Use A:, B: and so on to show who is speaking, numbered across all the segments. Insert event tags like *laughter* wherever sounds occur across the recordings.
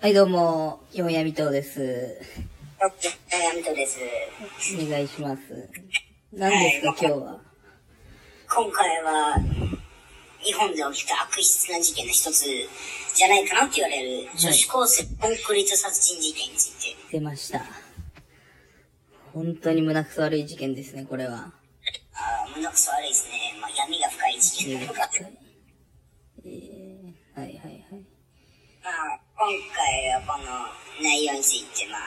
A: はい、どうも、ようやみとうです。
B: オッケー、ヤミトです。
A: お願いします。何ですか、今日は。
B: 今回は、日本で起きた悪質な事件の一つじゃないかなって言われる、女子高生コンクリート殺人事件について。
A: 出ました。本当に胸くそ悪い事件ですね、これは。
B: ああ、胸くそ悪いですね。まあ、闇が深い事件
A: 見
B: な
A: て
B: の
A: く
B: か
A: だ。さいえー、はいはいはい。
B: まあ、今回はこの内容について、まあ、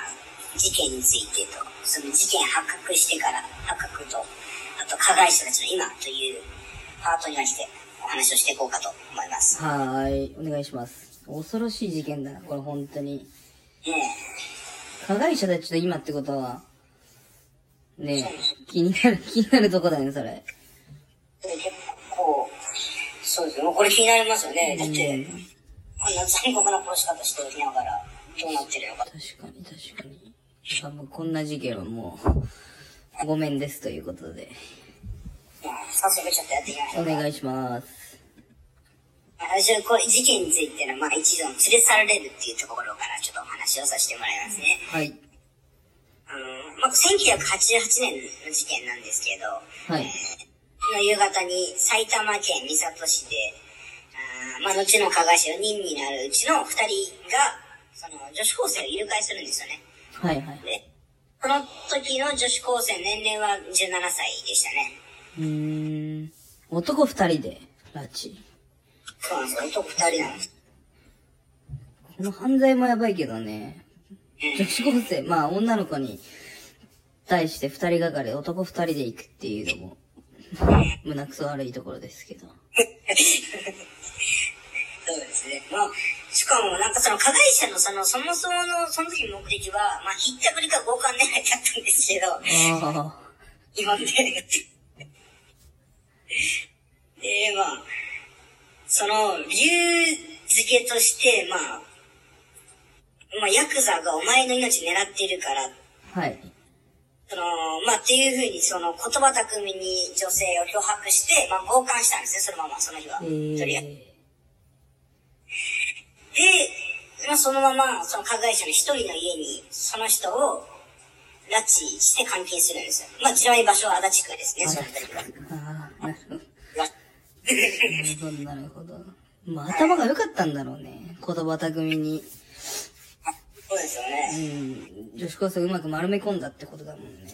B: 事件についてと、その事件発覚してから、発覚と、あと加害者たちの今というパートに関してお話をしていこうかと思います。
A: はーい、お願いします。恐ろしい事件だな、これ本当に。
B: ねえ。
A: 加害者たちと今ってことは、ねえ、気になる、気になるとこだね、それ。
B: で結構、そうですね。これ気になりますよね。だって、あんな残酷な殺し方しておきながら、どうなってるのか。
A: 確かに確かに。あもうこんな事件はもう、ごめんですということで。
B: まあ、早速ちょっとやっていきましょ
A: お
B: う。
A: 願いします。
B: 私はこういう事件についての、まあ一度の連れ去られるっていうところからちょっとお話をさせてもらいますね。
A: はい。
B: あの、まあ、1988年の事件なんですけど、
A: はい。
B: の夕方に埼玉県三郷市で、あーまあ、後の加害者4人になるうちの2人が、その女子高生を誘拐するんですよね。
A: はいはい。
B: で、その時の女子高生の年齢は17歳でしたね。
A: うーん。男二人で、拉致。
B: そうなんですよ。男二人なんです。
A: この犯罪もやばいけどね。女子高生、まあ女の子に対して二人がかり、男二人で行くっていうのも、胸くそ悪いところですけど。
B: そうですね。まあ、しかもなんかその加害者のその、そもそものその時の目的は、まあ、ひったくりか強姦狙いだったんですけど、
A: あ
B: 日本で。で、まあ、その理由付けとして、まあ、まあ、ヤクザがお前の命狙っているから
A: あ。はい。
B: その、まあ、っていうふうに、その、言葉巧みに女性を脅迫して、まあ、強姦したんですね、そのまま、その日は。
A: え
B: とりあえず。
A: ー、
B: で、まあ、そのまま、その加害者の一人の家に、その人を、拉致して監禁するんですよ。まあ、ちなみに場所は足立区ですね、その時は。
A: ああ、なるほど。
B: ま
A: なるほど、なるほど。まあ頭が良かったんだろうね。言葉巧みに。
B: あそうですよ
A: う
B: ね。
A: ん。女子高生をうまく丸め込んだってことだもんね。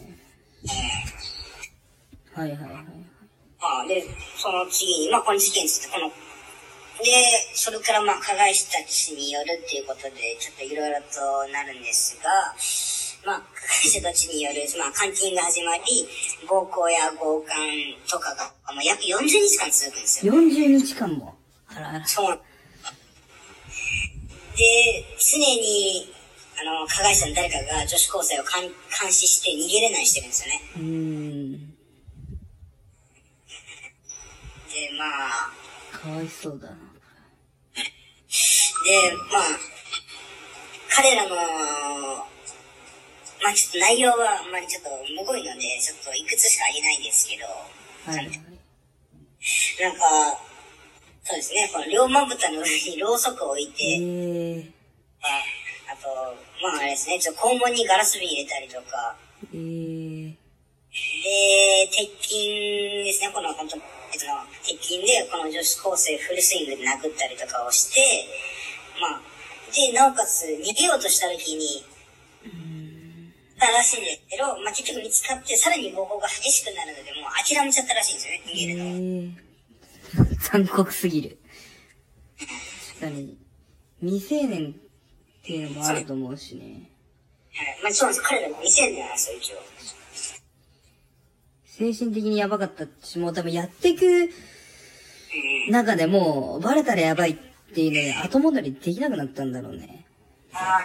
A: はいはいはい。
B: まあ、で、その次に、まあ、この事件について、この、で、それから、まあ、加害者たちによるっていうことで、ちょっといろいろとなるんですが、まあ、加害者たちによる、まあ、監禁が始まり、暴行や強姦とかが、まあ、約40日間続くんですよ。
A: 40日間も。あらあら。
B: そう。で、常に、あの、加害者の誰かが女子高生を監監視して逃げれないようにしてるんですよね。
A: うーん。
B: で、まあ、
A: かわいそうだな。
B: で、まあ、彼らの、まあちょっと内容はあんまりちょっとむごいので、ちょっといくつしか言えないんですけど、
A: はいはい。
B: なんか、そうですね、この両まぶたの上にろうそくを置い
A: え
B: て、
A: ー、
B: ああと、まああれですね、ちょっと肛門にガラス瓶入れたりとか、
A: えー、
B: で、鉄筋ですね、この本当、えっと、鉄筋でこの女子高生フルスイングで殴ったりとかをして、まあ、で、なおかつ逃げようとした時に、たらしいんですけど、まあ結局見つかって、さらに暴行が激しくなるので、もう諦めちゃったらしいんですよね、逃
A: え
B: げるのを。
A: ー、残酷すぎる。確かに、未成年っていうのもあると思うしね。
B: はいまあそうなんです、彼らも未成年なんですよ、一応。
A: 精神的にやばかったし、もう多分やっていく中でもうバレたらやばいっていうので後戻りできなくなったんだろうね。
B: あ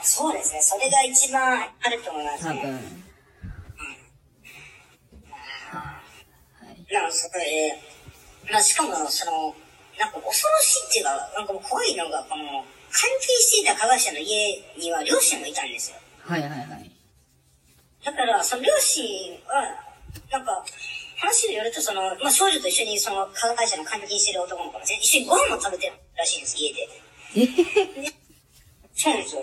B: あ、そうですね、それが一番あると思います
A: 多
B: ね。
A: 分。
B: なんかそれ、まあ、しかも、その、なんか恐ろしいっていうか、なんかもう怖いのが、この、監禁していた加害者の家には両親もいたんですよ。
A: はいはいはい。
B: だから、その両親は、なんか、話によると、その、まあ、少女と一緒に、その、加害者の監禁してる男の子も、一緒にご飯も食べてるらしいんです、家で。
A: えへへ
B: そそうなんですよ。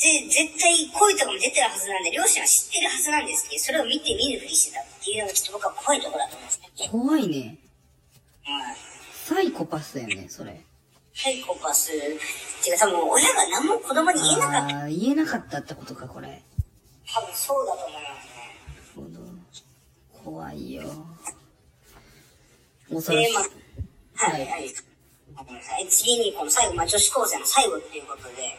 B: で、絶対声とかも出てるはずなんで、両親は知ってるはずなんですけど、それを見て見ぬふりしてたっていうのがちょっと僕は怖いところだと思うんですね。
A: 怖いね。
B: はい。
A: サイコパスだよね、それ。
B: サイコパスっていうか多分親が何も子供に言えなかった。
A: ああ、言えなかったってことか、これ。
B: 多分そうだと思いますね。
A: なるほど怖いよ。恐ろし
B: で、
A: い
B: ま。あ、はい、はい。あごめんなさい次に、この最後、まあ、女子高生の最後っていうことで、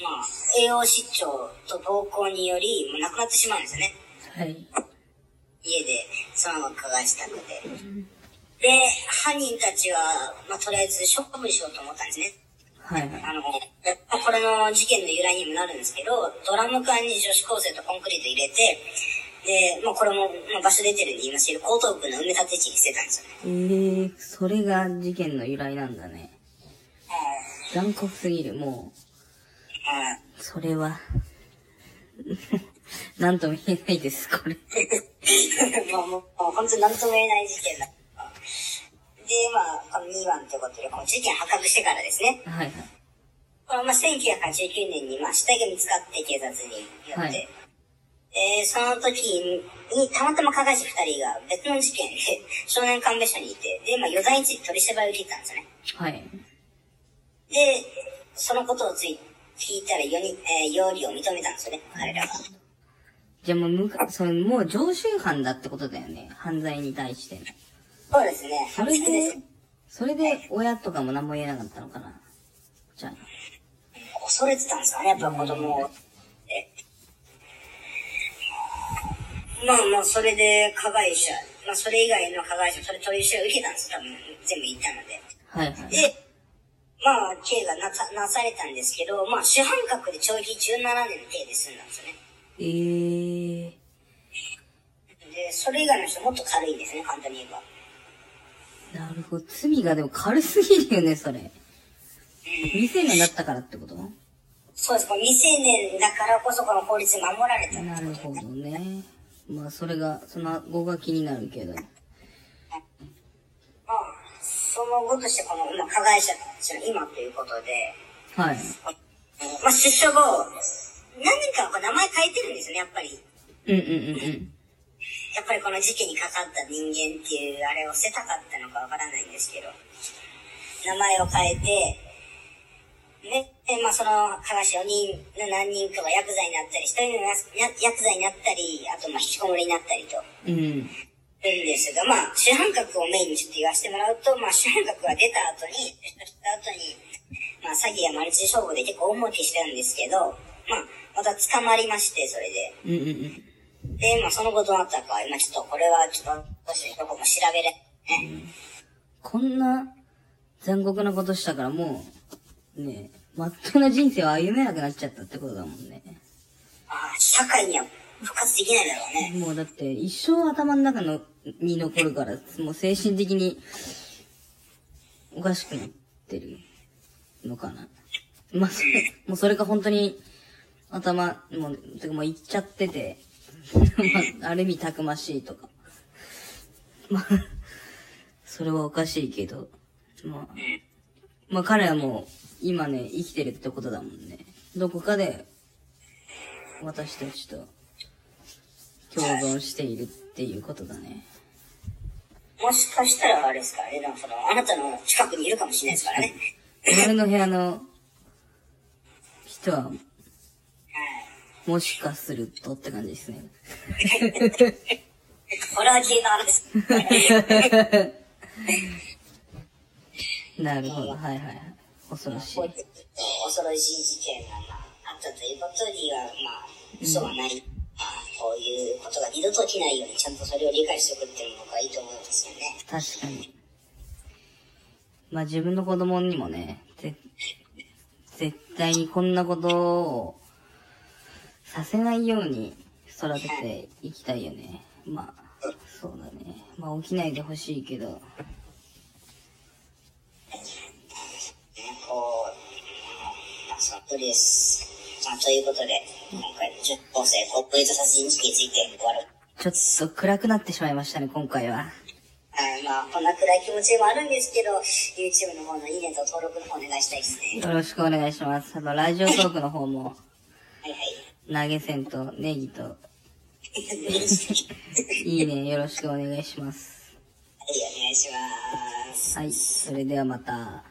B: まあ、栄養失調と暴行により、もう亡くなってしまうんですよね。
A: はい。
B: 家で、そのまま加害したくて。で、犯人たちは、まあ、とりあえず処分しようと思ったんですね。
A: はいはい。
B: あの、やっぱこれの事件の由来にもなるんですけど、ドラム缶に女子高生とコンクリート入れて、で、まあ、これも、まあ、場所出てるんで言いますけど、江東区の埋め立て地に捨てたんですよね。
A: えー、それが事件の由来なんだね。残酷すぎる、も。
B: はい。はいう
A: それは。 *laughs* なんとも言えないです、これ。
B: *laughs* まあもう、もう本当に何とも言えない事件だった。で、まあ、この2番ということで、この事件発覚してからですね、
A: はいはい。
B: このまあ、1989年に、まあ、死体が見つかって警察によって、
A: はい
B: で、その時に、たまたま加害者2人が別の事件で、 *laughs* 少年鑑別所にいて、で、まあ、余罪について取り調べを受けてたんですよね。
A: はい。
B: で、そのことをつい聞いたら、よに、えー容疑を認めたんですよね、彼らが。
A: じゃあもうむか、そのもう常習犯だってことだよね。犯罪に対しての。
B: そうですね。
A: それで、それで親とかも何も言えなかったのかな。じゃあ。
B: 恐れてたんですかね、やっぱ子供を。えまあまあ、それで加害者、まあそれ以外の加害者、それ取り調べ受けたんですよ、多分。全部言ったので。
A: はいはい。
B: で、まあ、刑がなさなされたんですけど、まあ、主犯格で懲役17年の刑で済んだんですよね。
A: えー、
B: で、それ以外の人もっと軽いんですね、簡単に言えば。
A: なるほど。罪がでも軽すぎるよね、それ。
B: うん。
A: 未成年だったからってこと
B: そうです、これ未成年だからこそこの法律に守られた
A: なるほどね。まあ、それが、その後が気になるけど。
B: まあ、その後としてこの、まあ、加害者たちの今ということで、
A: はい。
B: まあ、出所後、何人かこう名前変えてるんですよね、やっぱり。
A: うんうんうんうん。
B: やっぱりこの事件にかかった人間っていうあれを捨てたかったのかわからないんですけど、名前を変えて、ね、で、まあその話4人の何人かがヤクザになったり、一人のやすやヤクザになったり、あとまあ引きこもりになったりと。
A: うん。
B: るんですが、まあ、主犯格をメインにちょっと言わせてもらうと、まあ、主犯格が出た後に、出所した後に、まあ、詐欺やマルチ商法で結構大儲けしてるんですけど、まあ、また捕まりまして、それで。
A: うんうんうん。
B: で、まあ、その後どうなったかは、今ちょっと、これはちょっと、どうしてどこも調べれ、ね。
A: こんな残酷なことしたからもう、ねえ、まっとうな人生を歩めなくなっちゃったってことだもんね。
B: ああ、社会には復活できないだろうね。
A: もうだって一生頭の中のに残るから、もう精神的におかしくなってるのかな。まあ、それもうそれか本当に頭、もう、てかもういっちゃってて、 *laughs* まあ、ある意味たくましいとか。まあ、それはおかしいけど、まあ、まあ彼はもう今ね、生きてるってことだもんね。どこかで私たちと共存しているっていうことだね。
B: もしかしたらあれですからね、でもその、あなたの近くにいるかもしれないですからね。 *laughs*
A: 俺の部屋の人は
B: はい。
A: もしかするとって感じですね。
B: これは消えた話です。
A: なるほど。はいはいはい。恐ろしい
B: こう。やって恐ろしい事件がまああったということには、まあ、嘘はない、まあ、こういうことが二度と起きないように、ちゃんとそれを理解しておくっていうのが僕はいいと思うんですよね。
A: 確かに。まあ自分の子供にもね、ぜ絶対にこんなことをさせないように育てていきたいよね。まあ、そうだね。まあ起きないでほしいけど。
B: ねこう、まあ、そのプレス。まあ、ということで、今回の10高生コップエイト殺人事件について終わる。
A: ちょっと暗くなってしまいましたね、今回は。
B: あーままあ、こんな暗い気持ちでもあるんですけど、YouTube の方のいいねと登録の方お願いしたいですね。
A: よろしくお願いします。あと、ラジオトークの方も、
B: はいは
A: 投
B: い。 *laughs*
A: げ銭とネギと、いいね、よろしくお願いします。
B: はい、お願いします。
A: はい、それではまた。